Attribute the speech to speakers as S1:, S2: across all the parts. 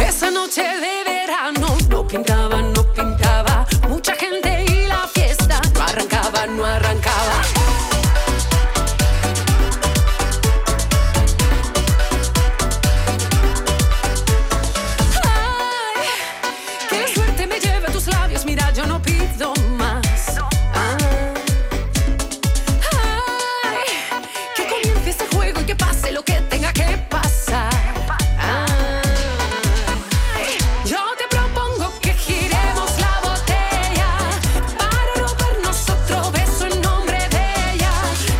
S1: Esa noche de verano no pintaba, no pintaba. Mucha gente y la fiesta no arrancaba, no arrancaba. Ay, qué suerte me lleva tus labios, mira, yo no pido más. Ah. Ay, que comience este juego y que pase lo que tenga que pasar. Ay, yo te propongo que giremos la botella para robarnos otro beso en nombre de ella.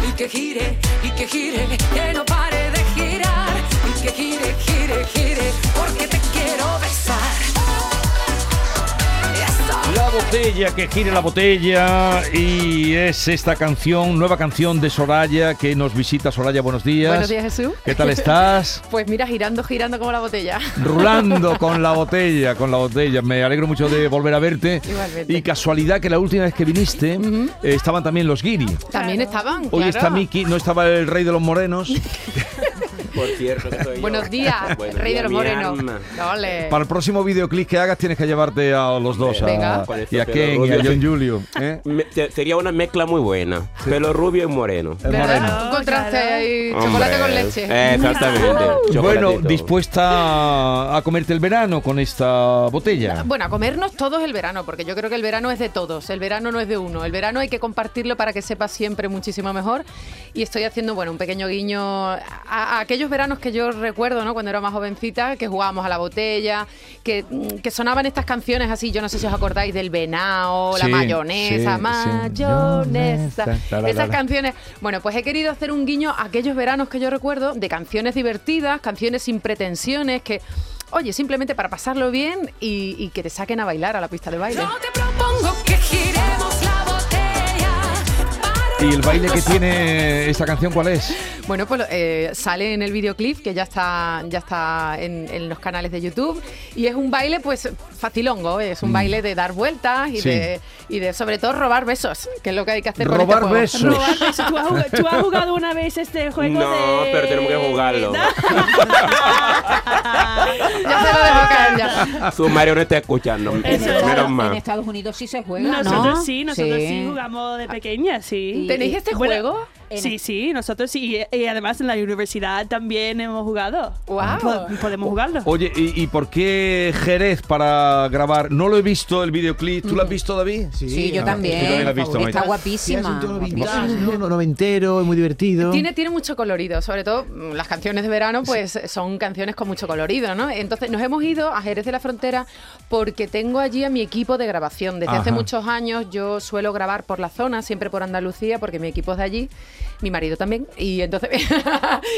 S1: Y que gire, y que gire, que no pare de girar. Y que gire, gire, gire, porque te quiero besar.
S2: La botella, que gire la botella. Y es esta canción, nueva canción de Soraya que nos visita. Soraya, buenos días.
S3: Buenos días, Jesús.
S2: ¿Qué tal estás?
S3: Pues mira, girando, girando como la botella.
S2: Rulando con la botella, con la botella. Me alegro mucho de volver a verte.
S3: Igualmente.
S2: Y casualidad que la última vez que viniste eh, estaban también los guiri.
S3: También estaban.
S2: Hoy
S3: claro.
S2: está Miki, no estaba el rey de los morenos.
S4: Por cierto, soy yo.
S3: Buenos días,
S4: Buenos
S3: Rey de
S4: días,
S3: los
S4: mi
S3: Morenos.
S4: alma.
S3: Dale.
S2: Para el próximo videoclip que hagas tienes que llevarte a los dos.
S3: Venga.
S2: A,
S4: Por eso,
S2: y a
S4: pero
S2: Ken y
S4: Rubio
S2: a John
S4: sí.
S2: Julio. ¿eh?
S4: Me- te- sería una mezcla muy buena. Pelo rubio y moreno.
S2: El
S3: ¿Verdad?
S2: moreno.
S3: Un contraste
S5: claro.
S3: ahí, chocolate
S4: Hombre,
S3: con leche.
S4: eh, Exactamente.
S2: Bueno,
S4: chocolatito.
S2: dispuesta a comerte el verano con esta botella.
S3: Bueno, a comernos todos el verano, porque yo creo que el verano es de todos, el verano no es de uno, el verano hay que compartirlo para que sepa siempre muchísimo mejor. Y estoy haciendo, bueno, un pequeño guiño a, a aquellos veranos que yo recuerdo, ¿no? Cuando era más jovencita, que jugábamos a la botella, que, mm, que sonaban estas canciones así, yo no sé si os acordáis del venao, la
S2: Sí,
S3: mayonesa,
S2: sí,
S3: mayonesa,
S2: sí. La, la, la,
S3: esas
S2: la.
S3: canciones. Bueno, pues he querido hacer un guiño a aquellos veranos que yo recuerdo de canciones divertidas, canciones sin pretensiones, que, oye, simplemente para pasarlo bien y, y que te saquen a bailar a la pista de baile.
S1: Yo te propongo que giremos la botella para
S2: ¿Y el baile que tiene esta canción cuál es?
S3: Bueno, pues eh, sale en el videoclip que ya está, ya está en, en los canales de YouTube y es un baile, pues, facilongo, ¿eh? es un baile de dar vueltas y,
S2: Mm. Sí.
S3: de, y de, sobre todo, robar besos, que es lo que hay que hacer. con
S2: Robar
S3: este juego.
S2: besos.
S5: Robar besos. ¿Tú has, jugado, tú has jugado una vez este juego
S4: No,
S5: de-
S4: pero tenemos que jugarlo.
S3: Ya se lo dejo caer ya.
S4: Su Mario no está escuchando.
S5: es
S4: Menos
S6: En
S4: mal.
S6: Estados Unidos sí se juega.
S5: Nosotros
S3: ¿no?
S5: sí, nosotros sí.
S3: Sí.
S5: jugamos de pequeña, sí.
S3: ¿Tenéis este
S5: Bueno,
S3: juego?
S5: Sí, sí, nosotros sí. Y, y además en la universidad también hemos jugado.
S3: Guau.
S5: Po- podemos jugarlo.
S2: Oye, ¿y, y por qué Jerez para grabar? No lo he visto el videoclip. ¿Tú lo has visto, David?
S6: Sí, yo
S2: Ah,
S6: también.
S2: tú también lo has visto,
S6: Está
S2: Maite.
S6: guapísima. guapísima.
S7: no, no, noventero, es muy divertido.
S3: Tiene, tiene mucho colorido, sobre todo mm, las canciones de verano, pues son canciones con mucho colorido, ¿no? Entonces nos hemos ido a Jerez de la Frontera porque tengo allí a mi equipo de grabación. Desde hace
S2: Ajá.
S3: muchos años yo suelo grabar por la zona, siempre por Andalucía, porque mi equipo es de allí, mi marido también, y entonces,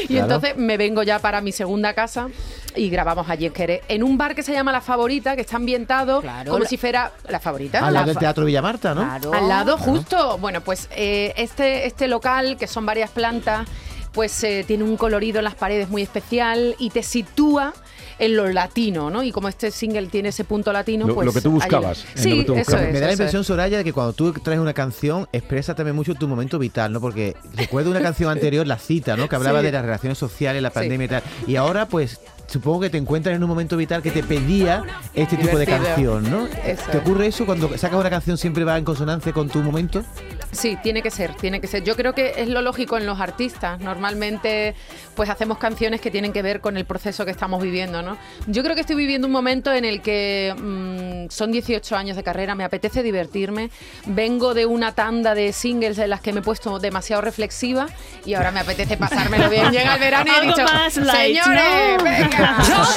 S3: y entonces me vengo ya para mi segunda casa y grabamos allí en Jerez, en un bar que se llama La Favorita, que está ambientado
S6: Claro,
S3: como
S6: la-
S3: si fuera La Favorita.
S7: Al
S3: la
S7: lado del
S3: fa-
S7: Teatro Villamarta, ¿no?
S6: Claro.
S3: al lado, justo. Bueno, pues eh, este, este local, que son varias plantas, pues eh, tiene un colorido en las paredes muy especial y te sitúa en lo latino, ¿no? Y como este single tiene ese punto latino,
S2: Lo-
S3: pues...
S2: lo que tú
S3: ahí-
S2: buscabas, en
S3: Sí,
S2: lo que tú
S3: eso
S2: buscabas.
S3: es,
S7: Me da
S3: eso
S7: la
S3: es.
S7: impresión, Soraya, de que cuando tú traes una canción, expresa también mucho tu momento vital, ¿no? Porque recuerdo una canción anterior, La Cita, ¿no? Que hablaba
S3: Sí.
S7: de las relaciones sociales, la pandemia y tal. Y ahora, pues, supongo que te encuentras en un momento vital que te pedía este tipo de
S3: Divertido.
S7: canción, ¿no?
S3: Eso
S7: ¿Te
S3: es.
S7: ocurre eso? Cuando sacas una canción siempre va en consonancia con tu momento.
S3: Sí, tiene que ser, tiene que ser. Yo creo que es lo lógico en los artistas. Normalmente, pues hacemos canciones que tienen que ver con el proceso que estamos viviendo, ¿no? Yo creo que estoy viviendo un momento en el que mm, son 18 años de carrera, me apetece divertirme. Vengo de una tanda de singles en las que me he puesto demasiado reflexiva y ahora me apetece pasármelo bien. Llega el verano y he
S5: Algo
S3: dicho,
S5: más light,
S3: señores,
S5: ¿no?
S3: venga.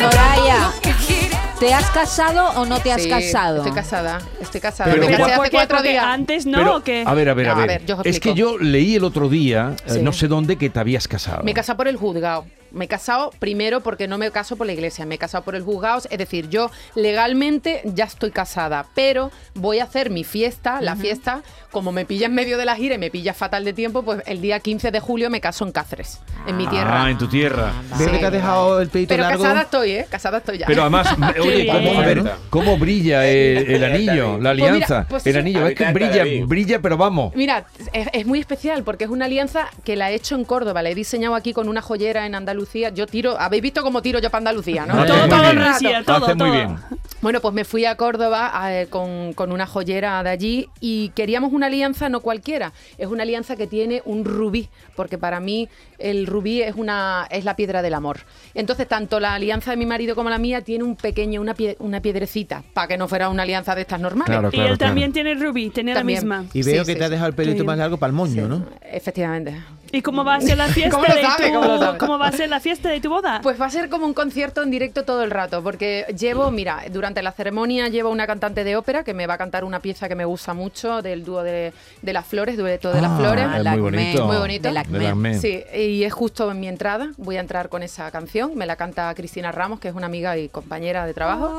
S6: Soraya,
S1: que gire.
S6: ¿te has casado o no te has
S3: Sí,
S6: casado?
S3: Estoy casada, estoy casada.
S2: Pero
S3: me
S2: ¿por
S3: casé
S2: qué?
S3: hace cuatro
S5: Porque
S3: días.
S5: antes no,
S2: Pero,
S5: ¿o qué?
S2: A ver, a ver, a
S3: No, a
S2: ver.
S3: ver, yo os
S2: es que
S3: explico.
S2: yo leí el otro día, eh,
S3: Sí.
S2: no sé dónde, que te habías casado.
S3: Me casé por el juzgado. me he casado primero porque no me caso por la iglesia, me he casado por el juzgado, es decir, yo legalmente ya estoy casada, pero voy a hacer mi fiesta, la fiesta, como me pilla en medio de la gira y me pilla fatal de tiempo, pues el día 15 de julio me caso en Cáceres, en mi tierra.
S2: Ah, en tu tierra.
S7: Veo que te has dejado el pedito
S3: pero
S7: largo.
S3: casada estoy, ¿eh? Casada estoy ya.
S2: Pero además, oye,
S5: bien.
S2: ¿cómo, a ver, ¿cómo brilla el, el anillo, la
S3: Pues mira,
S2: alianza?
S3: pues
S2: el
S3: sí.
S2: anillo, es que
S4: Habitante de
S2: brilla,
S4: David.
S2: brilla, pero vamos.
S3: Mira, es, es muy especial porque es una alianza que la he hecho en Córdoba, la he diseñado aquí con una joyera en Andalucía. Yo tiro, habéis visto cómo tiro yo para Andalucía, ¿no?
S2: Haces
S5: Todo,
S2: muy
S5: todo el
S2: bien.
S5: rato. todo,
S2: Haces muy
S5: todo.
S2: bien.
S3: Bueno, pues me fui a Córdoba eh, con, con una joyera de allí y queríamos una alianza no cualquiera, es una alianza que tiene un rubí, porque para mí el rubí es una es la piedra del amor. Entonces, tanto la alianza de mi marido como la mía tiene un pequeño una, pie- una piedrecita, para que no fuera una alianza de estas normales.
S2: Claro,
S5: Y él
S2: claro.
S5: también tiene Ruby, tiene
S3: También.
S5: la misma.
S7: Y veo
S3: Sí,
S7: que
S3: sí,
S7: te has
S3: sí.
S7: dejado el pelito más largo para el moño, ¿no?
S3: Efectivamente.
S5: ¿Y cómo va a ser la fiesta
S3: ¿Cómo lo
S5: de
S3: sabe?
S5: tu
S3: ¿Cómo lo sabe?
S5: va a ser la fiesta de tu boda?
S3: Pues va a ser como un concierto en directo todo el rato, porque llevo, mira, durante la ceremonia llevo una cantante de ópera que me va a cantar una pieza que me gusta mucho del dúo de, de las flores, dueto de las flores.
S6: Ah,
S2: Es muy
S6: Lacme,
S2: bonito.
S3: muy bonito.
S6: Del Acme.
S2: Del Acme.
S3: Sí, y es justo en mi entrada. Voy a entrar con esa canción. Me la canta Cristina Ramos, que es una amiga y compañera de trabajo.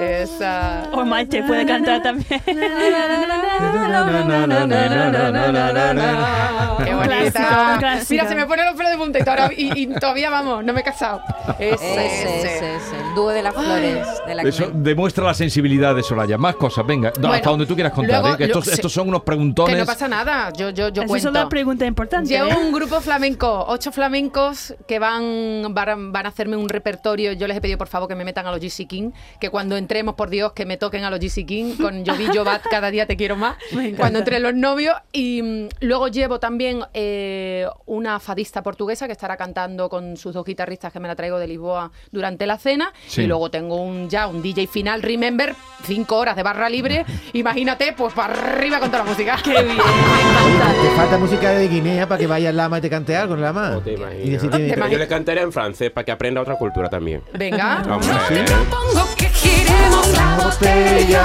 S3: Esa.
S5: O Maite puede cantar también.
S3: Qué
S5: Oh, Un
S3: bonita.
S5: clásico, un clásico.
S3: Mira, se me ponen los pelos de punta y, todavía- y- y todavía vamos, no me he casado. Ese,
S6: Ese,
S3: ese.
S6: ese, ese. El dúo
S1: Ah.
S6: de las flores. Del
S2: Eso
S6: Acme.
S2: demuestra la sensibilidad de Soraya. Más cosas, venga, no,
S3: Bueno,
S2: hasta donde tú quieras contar.
S3: luego,
S2: ¿eh? Que estos,
S3: lo- sí.
S2: estos son unos preguntones.
S3: Que no pasa nada, yo, yo, yo
S5: Esas
S3: cuento.
S5: son las preguntas importantes.
S3: Llevo
S5: ¿eh?
S3: un grupo flamenco, ocho flamencos que van, van, van a hacerme un repertorio. Yo les he pedido por favor que me metan a los GC King, que cuando entremos, por Dios, que me toquen a los GC King con Yo vi, yo bat, cada día te quiero más.
S5: Me encanta.
S3: Cuando entre los novios. Y mm, luego llevo también eh, una fadista portuguesa que estará cantando con sus dos guitarristas que me la traigo de Lisboa durante la cena.
S2: Sí.
S3: Y luego tengo un ya un DJ final, Remember, cinco horas de barra libre. Imagínate, pues para arriba con toda la música.
S5: Qué bien, me encanta.
S7: pues, Te falta música de Guinea para que vaya el lama y te cante algo, ¿no, lama?
S4: No te
S7: Y
S4: imaginas.
S3: Oh,
S7: decirte-
S4: Pero yo le cantaría en francés para que aprenda otra cultura también.
S3: Ah, Venga.
S4: Hombre.
S1: Propongo que giremos la botella.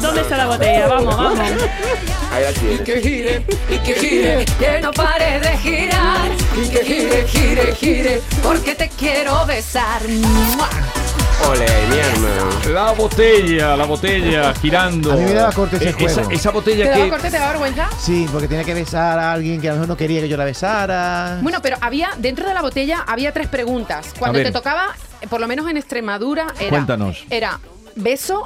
S5: ¿Dónde está la botella? Vamos, vamos.
S4: Ahí la tienes.
S1: Que gire, y que gire, que no pare de girar. Y que gire, gire, gire, porque te quiero besar. ¡Mua!
S4: Ole, mi hermano.
S2: La botella, la botella, girando.
S7: A mí me daba corte ese
S2: Eh, esa,
S7: juego.
S2: esa
S3: ¿Te
S2: botella
S3: da
S2: que.
S3: corte? ¿Te da vergüenza?
S7: Sí, porque tenía que besar a alguien que a lo mejor no quería que yo la besara.
S3: Bueno, pero había dentro de la botella había tres preguntas. Cuando
S2: A ver.
S3: te tocaba, eh, por lo menos en Extremadura, era
S2: Cuéntanos.
S3: era beso,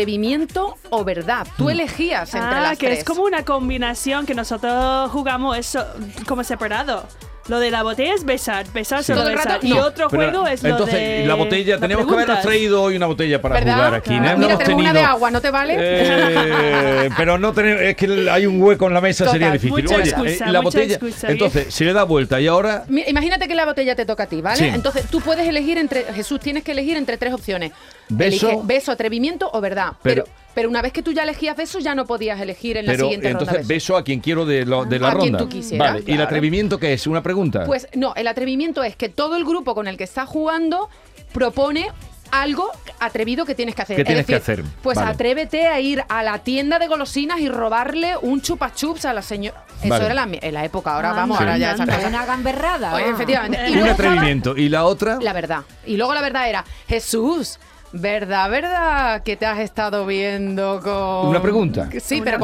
S3: atrevimiento o verdad. Tú
S2: Mm.
S3: elegías entre
S5: Ah,
S3: las
S5: que
S3: tres.
S5: es como una combinación que nosotros jugamos eso como separado. Lo de la botella es besar, besar solo
S3: Todo el
S5: besar.
S3: rato,
S5: y
S3: no.
S5: otro
S2: Pero,
S5: juego es lo
S2: entonces,
S5: de
S2: la botella,
S5: las
S2: tenemos que haber
S5: preguntas.
S2: traído hoy una botella para
S3: ¿Verdad?
S2: jugar aquí.
S3: Claro.
S2: ¿no?
S3: Mira,
S2: Hemos
S3: tenemos una
S2: tenido-
S3: de agua, ¿no te vale?
S2: Eh, pero no tenemos, es que hay un hueco en la mesa,
S3: Total,
S2: sería difícil.
S5: mucha
S2: Oye,
S5: excusa,
S2: eh, la
S5: mucha
S2: botella.
S5: excusa, ¿eh?
S2: entonces, se le da vuelta y ahora.
S3: Mi- Imagínate que la botella te toca a ti, ¿vale?
S2: Sí.
S3: Entonces tú puedes elegir entre, Jesús, tienes que elegir entre tres opciones.
S2: Beso.
S3: beso, atrevimiento o verdad.
S2: Pero-
S3: Pero, pero, una vez que tú ya elegías beso, ya no podías elegir en la
S2: Pero
S3: siguiente
S2: entonces
S3: ronda. beso.
S2: beso a quien quiero de, lo- de la
S3: A
S2: ronda.
S3: quien tú quisieras,
S2: vale, ¿y el
S3: claro.
S2: atrevimiento qué es? ¿Una pregunta?
S3: Pues no, el atrevimiento es que todo el grupo con el que estás jugando propone algo atrevido que tienes que hacer.
S2: ¿Qué
S3: Es
S2: tienes que hacer?
S3: decir, Pues
S2: Vale.
S3: atrévete a ir a la tienda de golosinas y robarle un chupa chups a la señora. Eso
S2: Vale.
S3: era la, mi- en la época, ahora
S5: Anda,
S3: vamos, ahora ya
S5: anda.
S3: esas
S6: Pero
S3: cosas.
S6: Una gamberrada.
S3: Oye,
S6: vamos.
S3: efectivamente.
S2: y un
S3: luego estaba
S2: atrevimiento. ¿Y la otra?
S3: La verdad. Y luego la verdad era, Jesús. ¿Verdad, verdad que te has estado viendo con...?
S2: Una pregunta.
S3: Sí,
S5: Una
S3: pero
S5: pregunta, y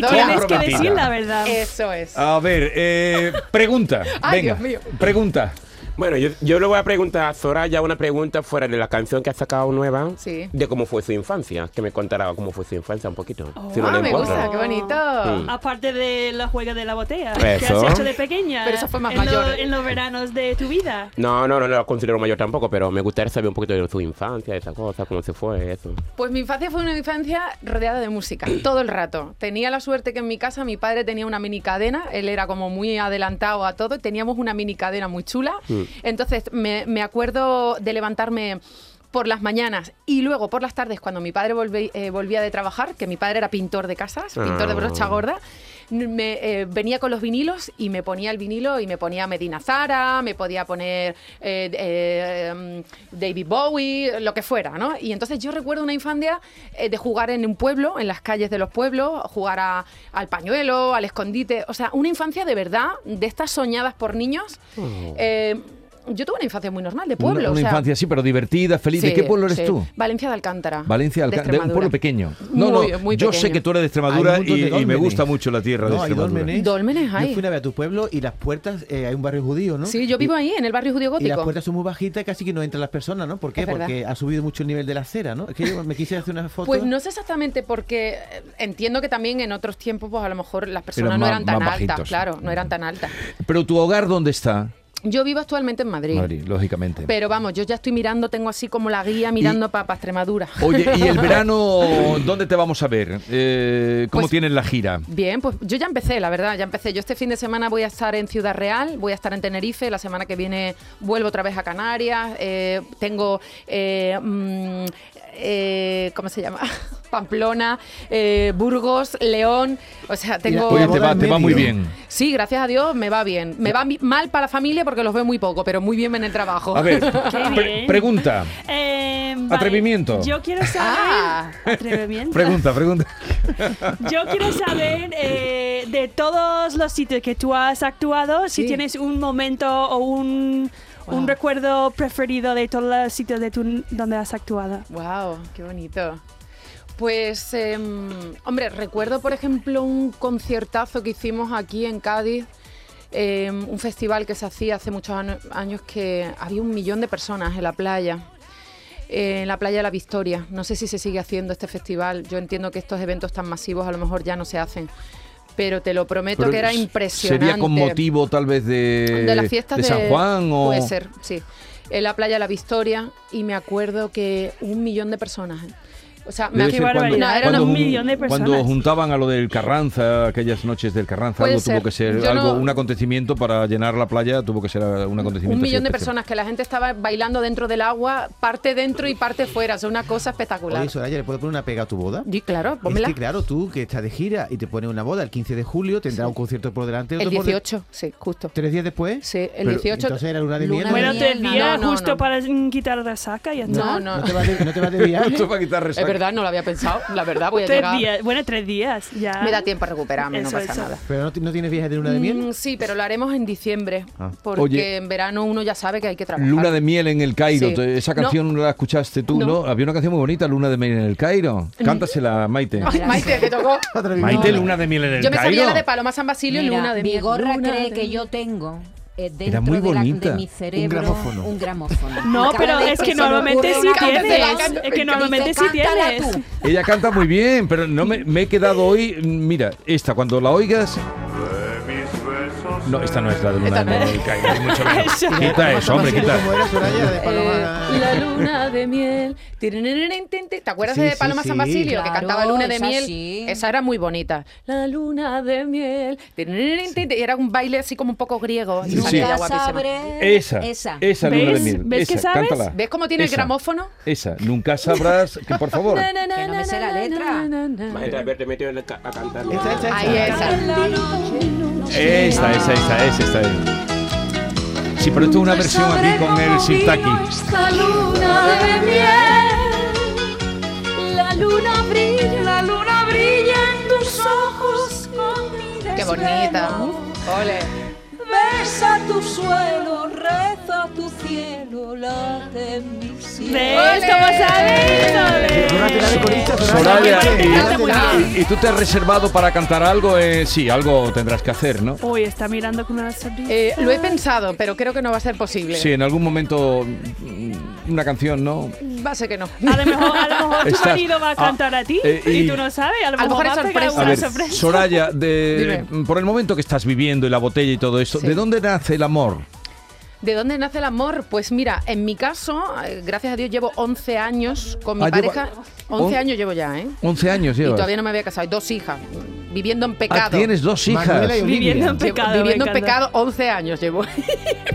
S3: comprometedora.
S5: Tienes que
S2: Comprometida.
S5: decir la verdad.
S3: Eso es.
S2: A ver, eh, pregunta.
S3: Ay,
S2: venga,
S3: Dios mío.
S2: Pregunta.
S4: Bueno, yo, yo le voy a preguntar a Soraya una pregunta fuera de la canción que ha sacado nueva.
S3: Sí.
S4: De cómo fue su infancia. Que me contará cómo fue su infancia un poquito. si no
S3: Ah,
S4: la
S3: me
S4: encuentro.
S3: gusta, qué bonito.
S4: Mm.
S5: Aparte de la juega de la botella que
S4: Eso.
S5: has hecho de pequeña.
S3: Pero eso fue más
S5: en lo-
S3: mayor.
S5: en los veranos de tu vida.
S4: No, no, no, no la considero mayor tampoco, pero me gustaría saber un poquito de su infancia, de esas cosas, cómo se fue, eso.
S3: Pues mi infancia fue una infancia rodeada de música, todo el rato. Tenía la suerte que en mi casa mi padre tenía una mini cadena, él era como muy adelantado a todo, y teníamos una mini cadena muy chula. Entonces me, me acuerdo de levantarme por las mañanas y luego por las tardes cuando mi padre volve- eh, volvía de trabajar, que mi padre era pintor de casas, pintor de brocha
S4: Ah.
S3: gorda, me, eh, venía con los vinilos y me ponía el vinilo y me ponía Medina Zara, me podía poner eh, eh, mm, David Bowie, lo que fuera, ¿no? Y entonces yo recuerdo una infancia eh, de jugar en un pueblo, en las calles de los pueblos, jugar a- al pañuelo, al escondite, o sea, una infancia de verdad, de estas soñadas por niños. Eh, yo tuve una infancia muy normal, de
S2: Oh.
S3: pueblo.
S2: una
S3: o
S2: una
S3: sea,
S2: infancia así, pero divertida, feliz. ¿De
S3: Sí,
S2: qué pueblo eres
S3: sí.
S2: tú?
S3: Valencia de Alcántara.
S2: Valencia,
S3: de
S2: Alcántara, de, un
S3: Extremadura.
S2: pueblo pequeño. No,
S3: Muy,
S2: no,
S3: muy
S2: yo sé
S3: pequeño.
S2: que tú eres de Extremadura
S7: Hay un montón de
S2: y- y, me
S7: dólmenes.
S2: gusta mucho la tierra de
S7: No, hay
S2: Extremadura.
S7: dólmenes.
S3: Dólmenes hay.
S7: Yo fui una vez a tu pueblo y las puertas, eh, hay un barrio judío, ¿no?
S3: Sí, yo vivo
S7: Y-
S3: ahí, en el barrio judío
S7: Y las
S3: gótico.
S7: puertas son muy bajitas y casi que no entran las personas, ¿no? ¿Por qué?
S3: Es verdad.
S7: Porque ha subido mucho el nivel de la acera, ¿no? Es que yo me quise hacer una foto.
S3: Pues no sé exactamente porque eh, entiendo que también en otros tiempos pues a lo mejor las personas
S2: Eran
S3: no
S2: más-
S3: eran tan
S2: más
S3: altas,
S2: bajitos.
S3: claro, no eran tan altas.
S2: Pero tu hogar, ¿dónde está?
S3: Yo vivo actualmente en Madrid,
S2: Madrid, lógicamente.
S3: pero vamos, yo ya estoy mirando, tengo así como la guía mirando para Extremadura.
S2: Oye, ¿y el verano dónde te vamos a ver? Eh, ¿Cómo
S3: Pues-
S2: tienen la gira?
S3: Bien, pues yo ya empecé, la verdad, ya empecé. Yo este fin de semana voy a estar en Ciudad Real, voy a estar en Tenerife, la semana que viene vuelvo otra vez a Canarias, eh, tengo, eh, mm, eh, ¿cómo se llama? Pamplona, eh, Burgos, León, o sea, tengo...
S7: Oye,
S2: Oye,
S7: boda
S2: te va,
S7: en
S2: te va
S7: medio.
S2: muy bien.
S3: Sí, gracias a Dios me va bien. Me va mi- mal para la familia porque los veo muy poco, pero muy bien en el trabajo.
S2: A ver, pre-
S5: bien.
S2: pregunta,
S5: Eh, vale,
S2: Atrevimiento.
S5: Yo quiero saber.
S3: Ah.
S5: Atrevimiento.
S2: pregunta, pregunta.
S5: Yo quiero saber eh, de todos los sitios que tú has actuado, si
S3: Sí.
S5: tienes un momento o un, un
S3: Wow.
S5: recuerdo preferido de todos los sitios de tu, donde has actuado.
S3: Wow, qué bonito. Pues, em, hombre, recuerdo por ejemplo un conciertazo que hicimos aquí en Cádiz, em, un festival que se hacía hace muchos ano- años que había un millón de personas en la playa, eh, en la playa de la Victoria. No sé si se sigue haciendo este festival. Yo entiendo que estos eventos tan masivos a lo mejor ya no se hacen, pero te lo prometo
S2: Pero
S3: que era
S2: s-
S3: impresionante.
S2: Sería con motivo tal vez de,
S3: de pues las fiestas
S2: de San Juan o
S3: Puede ser, sí. En la playa La Victoria y me acuerdo que un millón de personas. ¿eh? O sea, me
S2: Debe
S5: Qué
S2: ser
S3: acuerdo-
S2: cuando,
S5: barbaridad,
S3: no, era
S5: eran
S2: cuando
S3: una-
S5: un
S2: jun-
S5: millón de personas.
S2: cuando juntaban a lo del Carranza, aquellas noches del Carranza,
S3: Puede
S2: algo tuvo
S3: ser.
S2: que ser,
S3: Yo
S2: algo,
S3: no-
S2: un acontecimiento para llenar la playa, tuvo que ser ah, un acontecimiento.
S3: un
S2: así
S3: millón de
S2: especial.
S3: personas que la gente estaba bailando dentro del agua, parte dentro y parte fuera. O sea, una cosa espectacular.
S7: Oye, Soraya, ¿le puedo poner una pega a tu boda?
S3: Y claro,
S7: Es
S3: pónmela.
S7: que claro, tú que estás de gira y te pones una boda el 15 de julio, tendrás un concierto por delante.
S3: El
S7: otro por de-
S3: 18, sí, justo.
S7: ¿Tres días después?
S3: Sí, el
S7: Pero
S3: 18.
S7: Entonces era luna de
S3: Luna
S7: miel.
S3: de
S5: Bueno,
S3: miel.
S5: te
S3: No,
S5: envía
S3: no,
S5: justo
S3: no.
S5: para mm, quitar la saca y ya está.
S3: No, no.
S7: No te vas de, no te vas de viaje.
S2: Esto para quitar
S3: Es
S2: resaca.
S3: verdad, no lo había pensado. La verdad, voy a
S5: Tres
S3: llegar.
S5: días, bueno, tres días ya.
S3: Me da tiempo a recuperarme,
S5: Eso,
S3: no pasa
S5: eso.
S3: nada.
S7: Pero no, ti- no tienes viaje de luna de miel.
S3: Mm, sí, pero lo haremos en diciembre.
S7: Ah.
S3: Porque
S2: Oye,
S3: en verano uno ya sabe que hay que trabajar.
S2: Luna de miel en el Cairo.
S3: Sí.
S2: Te- Esa
S3: No.
S2: canción la escuchaste tú,
S3: No. ¿Mm?
S2: no. Había una canción muy bonita, Luna de miel en el Cairo. Cántasela, Maite.
S3: Ay, Maite, te tocó.
S7: Otra
S2: Maite,
S7: vivienda.
S2: Luna de miel en el
S3: Yo me
S2: Cairo.
S3: sabía la de Paloma San Basilio y
S6: Mira,
S3: Luna de
S6: mi
S3: miel.
S6: gorra
S3: Luna
S6: cree
S3: de
S6: que
S3: miel.
S6: yo tengo eh, dentro
S2: muy
S6: de, la-
S2: bonita.
S6: de mi
S2: Un
S6: cerebro
S7: gramófono.
S6: un gramófono.
S5: No,
S6: Cada
S5: pero
S6: vez
S5: es que
S6: se me
S5: normalmente
S6: ocurre
S5: sí
S6: una canción,
S5: tienes.
S3: cántala,
S5: Es que normalmente
S6: dice,
S5: sí
S6: "Cántala
S5: tienes.
S6: tú".
S2: Ella canta muy bien, pero no me, me he quedado hoy. Mira, esta, cuando la oigas. No, esta no es la de Luna de
S3: Esta no
S2: miel
S3: es.
S2: en el Cairo. es mucho menos. Quita
S7: Paloma
S2: eso, hombre,
S7: San
S2: quita.
S7: Basilio, como era Soraya, la de Paloma-
S3: Eh, la luna de miel. Tirinirin, tin, tin. ¿Te acuerdas
S7: Sí,
S3: de
S7: sí,
S3: Paloma
S7: sí.
S3: San Basilio que
S6: Claro,
S3: cantaba Luna de
S6: esa
S3: miel?
S6: sí.
S3: Esa era muy bonita. La luna de miel. Tirinirin, tin, tin. Y era un baile así como un poco griego. Y
S2: Sí.
S3: salía
S6: Ya
S3: guapísima.
S6: sabré.
S2: Esa, esa, Luna de
S5: ¿Ves?
S2: miel.
S5: ¿Ves que
S2: esa,
S5: sabes?
S2: cántala.
S3: ¿Ves cómo tiene
S2: Esa,
S3: el gramófono?
S2: Esa, nunca sabrás que, por favor.
S6: Que no me sé la letra.
S5: Ah.
S4: Maestra, a ver, te metió en la ca- a cantar.
S7: Esta, esta,
S3: Ahí
S7: esta.
S3: esa.
S2: Esa, esa, esa, esa, esta. es. Sí, pero esto es una versión aquí con el Sirtaki.
S8: Esta luna de miel, la luna brilla, la luna brilla en tus ojos con mi desvelo.
S3: Qué bonita. Ole.
S8: Besa tu suelo, reza tu cielo, late en mi cielo.
S5: ¿Ves cómo
S7: Eh,
S5: sabes?
S7: Durante la de corista,
S2: Soraya,
S7: Durante la de corista.
S2: y, y tú te has reservado para cantar algo, eh, sí, algo tendrás que hacer, ¿no?
S5: Uy, está mirando con una sonrisa.
S3: Eh, lo he pensado, pero creo que no va a ser posible.
S2: Sí, en algún momento mm, una canción, ¿no?
S3: Va a ser que no.
S5: A lo mejor, a lo mejor tu
S2: Estás-
S5: marido va a
S2: ah,
S5: cantar a ti
S2: eh,
S5: y
S2: y-
S5: tú no sabes. A lo
S3: A lo
S5: mejor,
S3: mejor
S5: va a
S3: es
S5: pegar
S3: sorpresa.
S5: una
S2: A ver,
S5: sorpresa.
S2: Soraya, de,
S3: Dime.
S2: por el momento que estás viviendo y la botella y todo esto,
S3: Sí.
S2: ¿de dónde nace el amor?
S3: ¿De dónde nace el amor? Pues mira, en mi caso, eh, gracias a Dios llevo 11 años con mi
S2: Ah, lleva-
S3: pareja.
S2: on- Pues.
S3: 11 años llevo ya, ¿eh?
S2: 11 años
S3: Y
S2: llevas.
S3: todavía no me había casado. Hay dos hijas, viviendo en
S2: Ah,
S3: pecado.
S2: tienes dos hijas.
S7: Manuela y Olivia.
S5: Viviendo en
S3: Llevo-
S5: pecado. me
S2: Ah,
S3: viviendo en
S5: encanta.
S3: pecado 11 años llevo.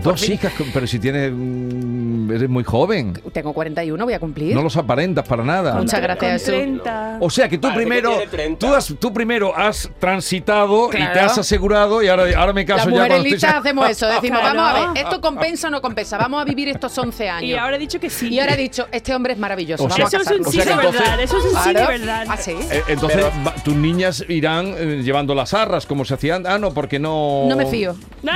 S2: Dos hijas, con- pero si tienes mm, eres muy joven.
S3: Tengo 41, voy a cumplir.
S2: No los aparentas para nada.
S3: Muchas gracias,
S5: Con
S3: Jesús.
S5: 30.
S2: O sea que tú
S4: Parece que
S2: primero,
S4: tiene 30.
S2: tú, has, tú primero has transitado y te
S3: Claro.
S2: has asegurado y ahora, ahora me
S3: Las
S2: caso ya
S3: mujeres
S2: cuando
S3: listas
S2: estoy-
S3: hacemos eso. Decimos,
S5: Claro.
S3: vamos a ver, ¿esto compensa o no compensa? Vamos a vivir estos 11 años.
S5: Y ahora he dicho que sí.
S3: Y ahora he dicho, este hombre es maravilloso.
S2: O sea,
S3: vamos
S5: Eso
S3: a
S5: es un
S3: casarnos.
S5: sí
S2: O sea
S5: de
S2: que entonces-
S5: verdad. Eso es un sí de
S3: Claro.
S5: verdad.
S3: Ah, sí.
S2: Eh, Entonces va- tus niñas irán eh, llevando las arras como se hacían. Ah, no, porque no.
S3: No me fío. no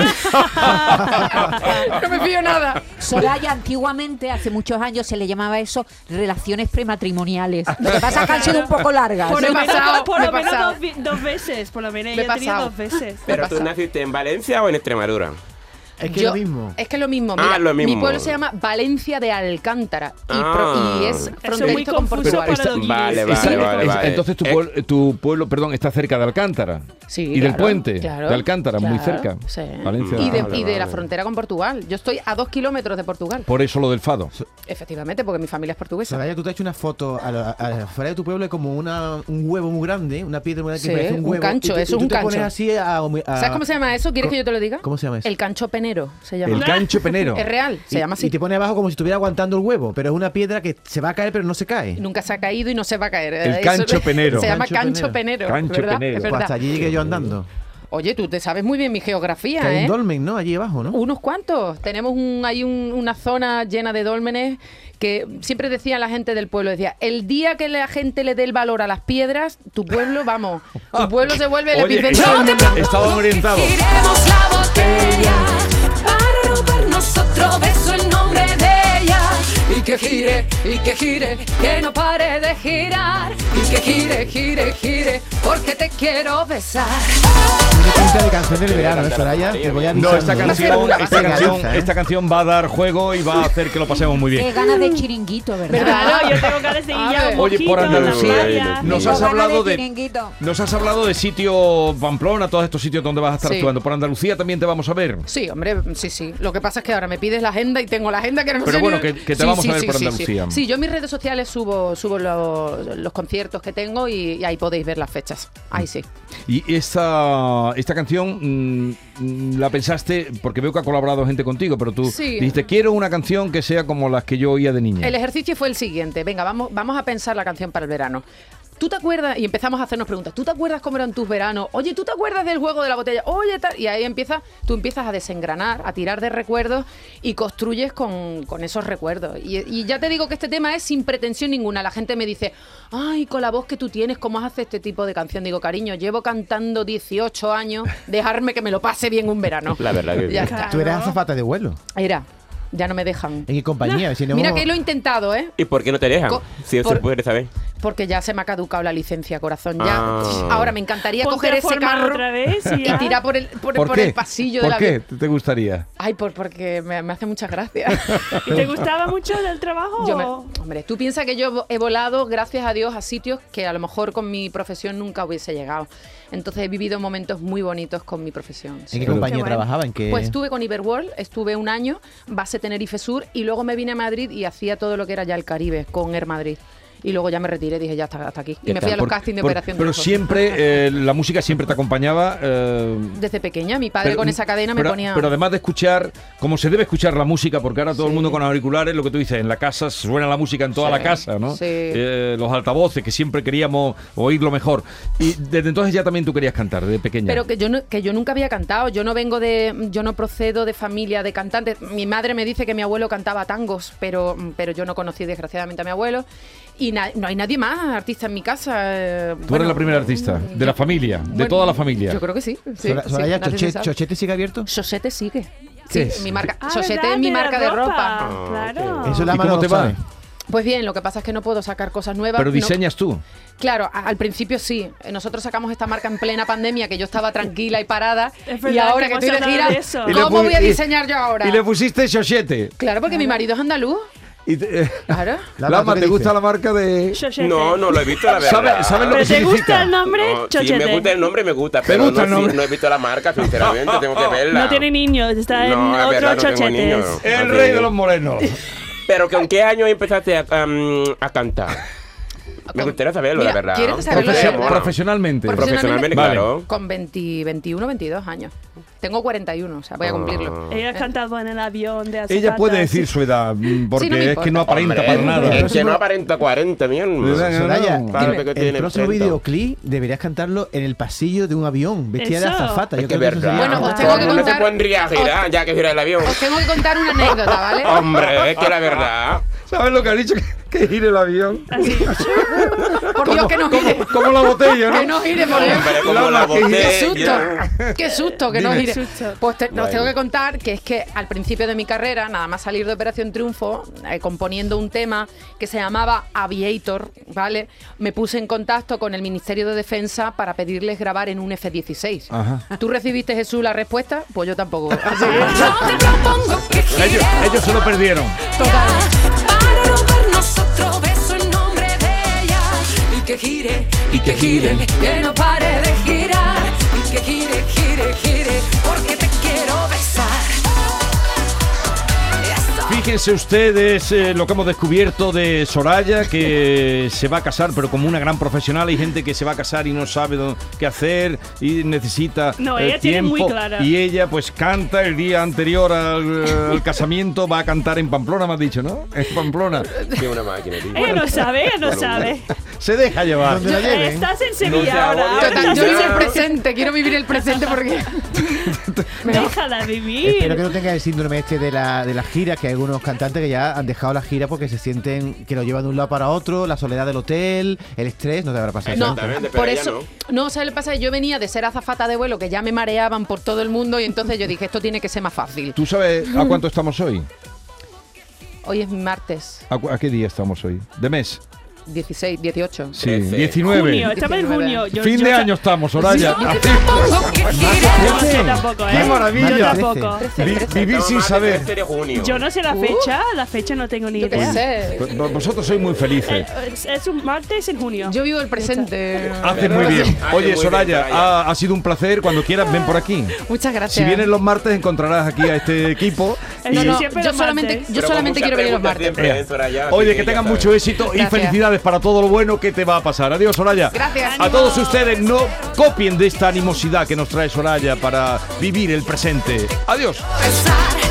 S3: me fío nada.
S6: Soraya, antiguamente, hace muchos años, se le llamaba eso relaciones prematrimoniales. Lo que pasa es que han sido un poco largas.
S5: Por
S3: Me
S5: lo
S3: he
S5: menos,
S3: pasado,
S5: por
S3: me
S5: lo
S3: he
S5: menos
S3: pasado.
S5: dos, vi- dos veces. Por lo menos
S3: Me he
S5: yo he tenido
S3: pasado.
S5: dos veces.
S4: ¿Pero tú
S3: pasa?
S4: naciste en Valencia o en Extremadura?
S7: Es que
S3: Yo-
S7: es lo mismo.
S3: Es que es lo mismo.
S4: Ah,
S3: Mira,
S4: lo mismo.
S3: Mi pueblo se llama Valencia de Alcántara y,
S4: Ah.
S3: pro- y es
S4: Eso es
S5: Eso es muy
S3: fronterizo con
S5: confuso
S3: Portugal.
S5: para
S2: Esta-
S5: los guiris.
S4: Vale, vale,
S2: Está-
S4: vale,
S2: es-
S4: vale. Eh,
S2: Entonces tu, pueblo, tu pueblo, perdón, está cerca de Alcántara.
S3: Sí,
S2: y del
S3: claro,
S2: puente
S3: claro,
S2: de Alcántara, muy
S3: claro,
S2: cerca.
S3: sí.
S2: Valencia.
S3: Y de,
S4: Vale,
S3: y de la
S4: vale.
S3: frontera con Portugal. Yo estoy a dos kilómetros de Portugal.
S2: Por eso lo del fado.
S3: Efectivamente, porque mi familia es portuguesa.
S7: Soraya, tú te has hecho una foto a la, a la fuera de tu pueblo es como una, un huevo muy grande, una piedra muy grande
S3: Sí,
S7: que parece un
S3: un
S7: huevo.
S3: cancho,
S7: y tú- y
S3: es
S7: tú
S3: un
S7: te pones
S3: cancho.
S7: así a, a-
S3: ¿Sabes cómo se llama eso? ¿Quieres
S7: Co-
S3: que yo te lo diga?
S7: ¿Cómo se llama eso?
S3: El cancho penero se llama.
S2: El cancho penero.
S3: Es real, se
S7: y-
S3: llama así.
S7: Y te pone abajo como si estuviera aguantando el huevo, pero es una piedra que se va a caer pero no se cae.
S3: Nunca se ha caído y no se va a caer. ¿eh?
S2: El
S3: Eso-
S2: cancho penero.
S3: Se llama
S7: Cancho
S3: cancho penero.
S2: Cancho
S3: ¿verdad?
S2: penero.
S3: Es
S7: Pues
S3: verdad.
S7: hasta allí llegué yo andando.
S3: Oye, tú te sabes muy bien mi
S7: que hay
S3: geografía,
S7: un
S3: ¿eh?
S7: dolmen, ¿no? Allí abajo, ¿no?
S3: Unos cuantos. Tenemos un, hay un- una zona llena de dólmenes que siempre decía la gente del pueblo, decía, el día que la gente le dé el valor a las piedras, tu pueblo, vamos, tu pueblo se vuelve el
S2: Oye,
S3: epicentro del mundo.
S2: Estaban orientados.
S1: Giremos la botella para robarnos otro beso en nombre de ella. Y que gire, y que gire, que no pare de girar. Y que gire, gire, gire, porque te quiero besar.
S7: Tiene pinta de canción del verano, ¿eh, Soraya? Te voy
S2: No, esta
S7: avisando.
S2: canción,
S7: Qué
S2: esta, canción,
S7: galiza, ¿eh?
S2: esta canción va a dar juego y va a hacer que lo pasemos muy
S6: Qué
S2: bien.
S6: ganas de chiringuito, ¿verdad?
S5: Claro, yo tengo ganas de ir
S3: A
S5: ya
S3: ver.
S5: un
S2: Oye, por
S5: poquito a la
S2: Andalucía
S5: playa.
S2: nos
S6: Tengo
S2: has
S6: ganas
S2: hablado
S6: de
S2: de...
S6: chiringuito.
S2: Nos has hablado de sitio Pamplona, todos estos sitios donde vas a estar
S3: Sí.
S2: actuando. Por Andalucía también te vamos a ver.
S3: Sí, hombre, sí, sí. Lo que pasa es que ahora me pides la agenda y tengo la agenda que no
S2: Pero
S3: sé
S2: bueno,
S3: ni-
S2: que- que te vamos a ver por Andalucía.
S3: Sí. Sí, yo en mis redes sociales subo, subo los, los conciertos que tengo y, y ahí podéis ver las fechas. Ahí sí.
S2: Y esta, esta canción mm, mm, la pensaste, porque veo que ha colaborado gente contigo, pero tú
S3: Sí.
S2: dijiste, quiero una canción que sea como las que yo oía de niña.
S3: El ejercicio fue el siguiente. Venga, vamos, vamos a pensar la canción para el verano. ¿Tú te acuerdas? Y empezamos a hacernos preguntas. ¿Tú te acuerdas cómo eran tus veranos? Oye, ¿tú te acuerdas del juego de la botella? Oye, tal. Y ahí empieza, tú empiezas a desengranar, a tirar de recuerdos y construyes con, con esos recuerdos. Y, y ya te digo que este tema es sin pretensión ninguna. La gente me dice, ay, con la voz que tú tienes, ¿cómo haces este tipo de canción? Digo, cariño, llevo cantando 18 años, dejarme que me lo pase bien un verano.
S4: La verdad que
S3: Ya
S4: sí.
S3: está.
S7: Tú eras azafata de vuelo.
S3: Era, ya no me dejan.
S7: ¿En qué compañía? Si no-
S3: Mira que lo he intentado, ¿eh?
S4: ¿Y por qué no te dejan?
S3: Co-
S4: si eso
S3: por-
S4: se puede saber.
S3: Porque ya se me ha caducado la licencia, corazón. Ya.
S4: Ah.
S3: Ahora me encantaría
S5: Ponte
S3: coger
S5: a
S3: ese
S5: formar
S3: carro
S5: otra vez y
S3: y
S5: ya.
S3: tirar por el, por,
S2: ¿Por,
S3: por
S2: qué?
S3: el pasillo
S2: ¿Por
S3: de la
S2: qué
S3: vida.
S2: te gustaría?
S3: Ay, por, porque me, me hace muchas gracias.
S5: ¿Y te gustaba mucho el trabajo?
S3: Yo me-
S5: o-
S3: hombre, tú piensas que yo he volado, gracias a Dios, a sitios que a lo mejor con mi profesión nunca hubiese llegado. Entonces he vivido momentos muy bonitos con mi profesión. sí.
S7: ¿En qué compañía
S5: Qué bueno.
S7: trabajaba? ¿En qué?
S3: Pues estuve con Iberworld, estuve un año, base Tenerife Sur, y luego me vine a Madrid y hacía todo lo que era ya el Caribe con Air Madrid. Y luego ya me retiré, dije ya hasta, hasta aquí. Y
S4: Ya
S3: me
S4: está,
S3: fui a los
S2: Por-
S3: castings de
S2: por-
S3: operación. de
S2: Pero
S3: ojos.
S2: siempre, eh, la música siempre te acompañaba. eh,
S3: Desde pequeña, mi padre
S2: pero-
S3: con esa cadena
S2: pero-
S3: me ponía.
S2: Pero además de escuchar, como se debe escuchar la música, porque ahora todo el mundo con auriculares, lo que tú dices, en la casa suena la música en toda
S3: Sí,
S2: la casa, ¿no?
S3: sí.
S2: Eh, los altavoces, que siempre queríamos oírlo mejor. Y desde entonces ya también tú querías cantar, desde pequeña.
S3: Pero que yo no, que yo nunca había cantado. Yo no vengo de, yo no procedo de familia de cantantes. Mi madre me dice que mi abuelo cantaba tangos, pero, pero yo no conocí desgraciadamente a mi abuelo. Y na- no hay nadie más artista en mi casa. eh,
S2: Tú
S3: bueno,
S2: eres la primera artista de la familia, de
S3: bueno,
S2: toda la familia.
S3: Yo creo que sí. sí,
S7: Sora-
S3: sí,
S7: Soraya,
S3: nadie se
S7: Choche-
S3: sabe.
S7: ¿Chochete sigue abierto?
S3: Sosete sigue.
S2: ¿Qué
S3: Sí,
S2: es?
S3: mi marca.
S5: Ah,
S3: Sosete
S5: ¿verdad?
S3: es mi marca de ropa.
S5: Claro.
S7: Eso la
S2: ¿Y
S7: mano
S2: cómo
S7: lo
S2: te va?
S7: sabe.
S3: Pues bien, lo que pasa es que no puedo sacar cosas nuevas.
S2: Pero
S3: no-
S2: diseñas tú.
S3: Claro, a- al principio sí. Eh, Nosotros sacamos esta marca en plena pandemia, que yo estaba tranquila y parada.
S5: Es
S3: y
S5: verdad,
S3: ahora
S5: que
S3: que estoy
S5: hemos
S3: de
S5: hablado
S3: gira,
S5: de eso. Y
S2: le
S3: ¿cómo
S2: pu-
S3: voy a
S2: y-
S3: diseñar yo ahora?
S2: Y le pusiste Xochete.
S3: Claro, porque mi marido es andaluz.
S2: Y te- eh,
S3: Claro.
S7: Lama,
S2: Lama,
S7: ¿tú qué
S2: ¿te gusta
S7: dices?
S2: la marca de...?
S5: Chochete.
S4: No, no lo he visto, la verdad.
S2: ¿Sabes sabe lo que
S5: ¿Pero te
S2: significa?
S5: gusta el nombre?
S4: No, sí,
S5: Chochete.
S4: me gusta el nombre, me gusta, pero
S2: gusta el
S4: no, sí,
S2: nombre?
S4: no he visto la marca, sinceramente, tengo que verla.
S5: No tiene niños, está en
S4: No, es
S5: otro
S4: verdad, no tengo
S5: chochetes.
S4: niños.
S2: El rey de los morenos.
S4: Pero ¿con qué año empezaste a, am, a cantar? Me gustaría saberlo,
S3: Mira,
S4: la verdad.
S3: ¿quieres
S4: ¿no?
S3: saberlo?
S4: Estaría
S3: Profe-
S4: mono.
S2: profesionalmente.
S4: Profesionalmente,
S2: Vale.
S4: claro.
S3: Con 20, 21, 22 años. Tengo 41, o sea, voy a cumplirlo.
S4: Ah.
S5: Ella cantaba en el avión de hace
S2: Ella puede
S5: tanto,
S2: decir
S5: sí.
S2: su edad, mm, porque
S3: me
S2: es
S3: importa.
S2: que no aparenta
S4: Hombre,
S2: para nada.
S4: Es que no aparenta 40, mi hermano.
S2: Verdad, ¿no?
S7: Soraya,
S2: Dime.
S4: Claro que
S7: el,
S4: tiene
S7: próximo
S4: 30.
S7: videoclip deberías cantarlo en el pasillo de un avión, vestida de
S5: Eso.
S7: azafata.
S4: Es
S7: Yo
S4: que es
S7: creo que eso
S4: verdad.
S7: sería-
S3: Bueno, os tengo que
S4: ¿Cómo no se
S3: contar-
S4: pondría a girar ya que gira el avión?
S3: Os tengo que contar una anécdota, ¿vale?
S2: Ah.
S4: Hombre, es que la verdad.
S2: ¿Sabes lo que ha dicho? Que, que gire el avión.
S3: Por Dios que no gire.
S2: Como la botella,
S3: Que no gire, por Dios.
S4: Hombre, como
S2: Lola,
S4: la
S2: que-
S3: Qué
S4: botella.
S3: susto, qué susto que no
S2: Dime.
S3: gire. Pues te- os
S4: Bueno.
S3: tengo que contar que es que al principio de mi carrera, nada más salir de Operación Triunfo, eh, componiendo un tema que se llamaba Aviator, ¿vale? Me puse en contacto con el Ministerio de Defensa para pedirles grabar en un F-16.
S2: Ajá.
S3: ¿Tú recibiste, Jesús, la respuesta? Pues yo tampoco. Así
S1: Yo te propongo que
S2: Ellos,
S1: giremos
S2: ellos se lo perdieron.
S1: Para robarnos otro beso en nombre de ella Y que gire, y que gire, que no pare de girar Y que gire, gire, gire, porque te quiero besar Eso.
S2: Fíjense ustedes eh, lo que hemos descubierto de Soraya, que se va a casar, pero como una gran profesional, hay gente que se va a casar y no sabe dó- qué hacer y necesita
S5: No,
S2: eh,
S5: ella tiene
S2: tiempo.
S5: muy clara.
S2: Y ella pues canta el día anterior al, eh, al casamiento, va a cantar en Pamplona, me has dicho, ¿no? En Pamplona.
S4: Qué una máquina, tío.
S5: Ella no sabe, ella no
S4: Bueno,
S5: sabe.
S2: Se deja llevar.
S7: Donde la lleven.
S5: Estás en
S4: No se
S5: Sevilla ahora.
S4: agobia.
S5: ahora
S3: Total,
S5: estás
S3: yo
S5: en
S3: vivo el
S5: Sevilla.
S3: presente, quiero vivir el presente porque...
S5: Déjala
S7: Espero que
S5: vivir.
S7: no tenga el síndrome este de la, de las giras, que hay algunos cantantes que ya han dejado la gira porque se sienten que lo llevan de un lado para otro, la soledad del hotel, el estrés, no te habrá pasado.
S3: No,
S7: eso,
S4: Exactamente, pero
S3: por
S4: ella
S3: eso. No, ¿sabes lo que pasa? Yo venía de ser azafata de vuelo, que ya me mareaban por todo el mundo, y entonces yo dije, esto tiene que ser más fácil.
S2: ¿Tú sabes a cuánto estamos hoy?
S3: Hoy es martes,
S2: ¿A, cu- a qué día estamos hoy? ¿De mes?
S3: 16, 18.
S2: Sí,
S4: Trece.
S2: 19.
S5: Junio, estamos en junio. Yo-
S2: Fin
S5: yo
S2: de
S5: ta-
S2: año estamos, Soraya.
S1: Yo te propongo que giremos
S5: No sé ¿eh? tampoco, ¿eh?
S2: Qué maravilla.
S5: Yo tampoco.
S2: Vi- vivir
S4: Toma,
S2: sin
S4: mate,
S2: saber.
S4: 13 de junio.
S5: Yo no sé la
S3: Uh.
S5: fecha, la fecha no tengo ni
S3: Yo qué
S5: idea. Eh,
S3: sé.
S2: V- Pues Vosotros sois muy felices.
S5: Es, es un martes en junio.
S3: Yo vivo el presente.
S2: Haces muy bien.
S4: Haces muy
S2: Oye,
S4: bien,
S2: Soraya,
S4: Soraya.
S2: ha, ha sido un placer. Cuando quieras, ven por aquí.
S3: Muchas gracias.
S2: Si vienes los martes, encontrarás aquí a este equipo.
S5: Es
S3: no,
S5: que
S3: no,
S5: siempre
S3: yo
S5: los
S3: solamente,
S5: martes.
S3: yo
S4: Pero con
S3: solamente
S4: muchas
S3: quiero venir los
S4: preguntas
S3: martes.
S4: siempre, Soraya, así
S2: Oye, que tengan
S4: ya sabes.
S2: mucho éxito y
S3: Gracias.
S2: felicidades para todo lo bueno que te va a pasar. Adiós, Soraya.
S3: Gracias.
S2: A todos ustedes, no copien de esta animosidad que nos trae Soraya para vivir el presente. Adiós.
S1: besar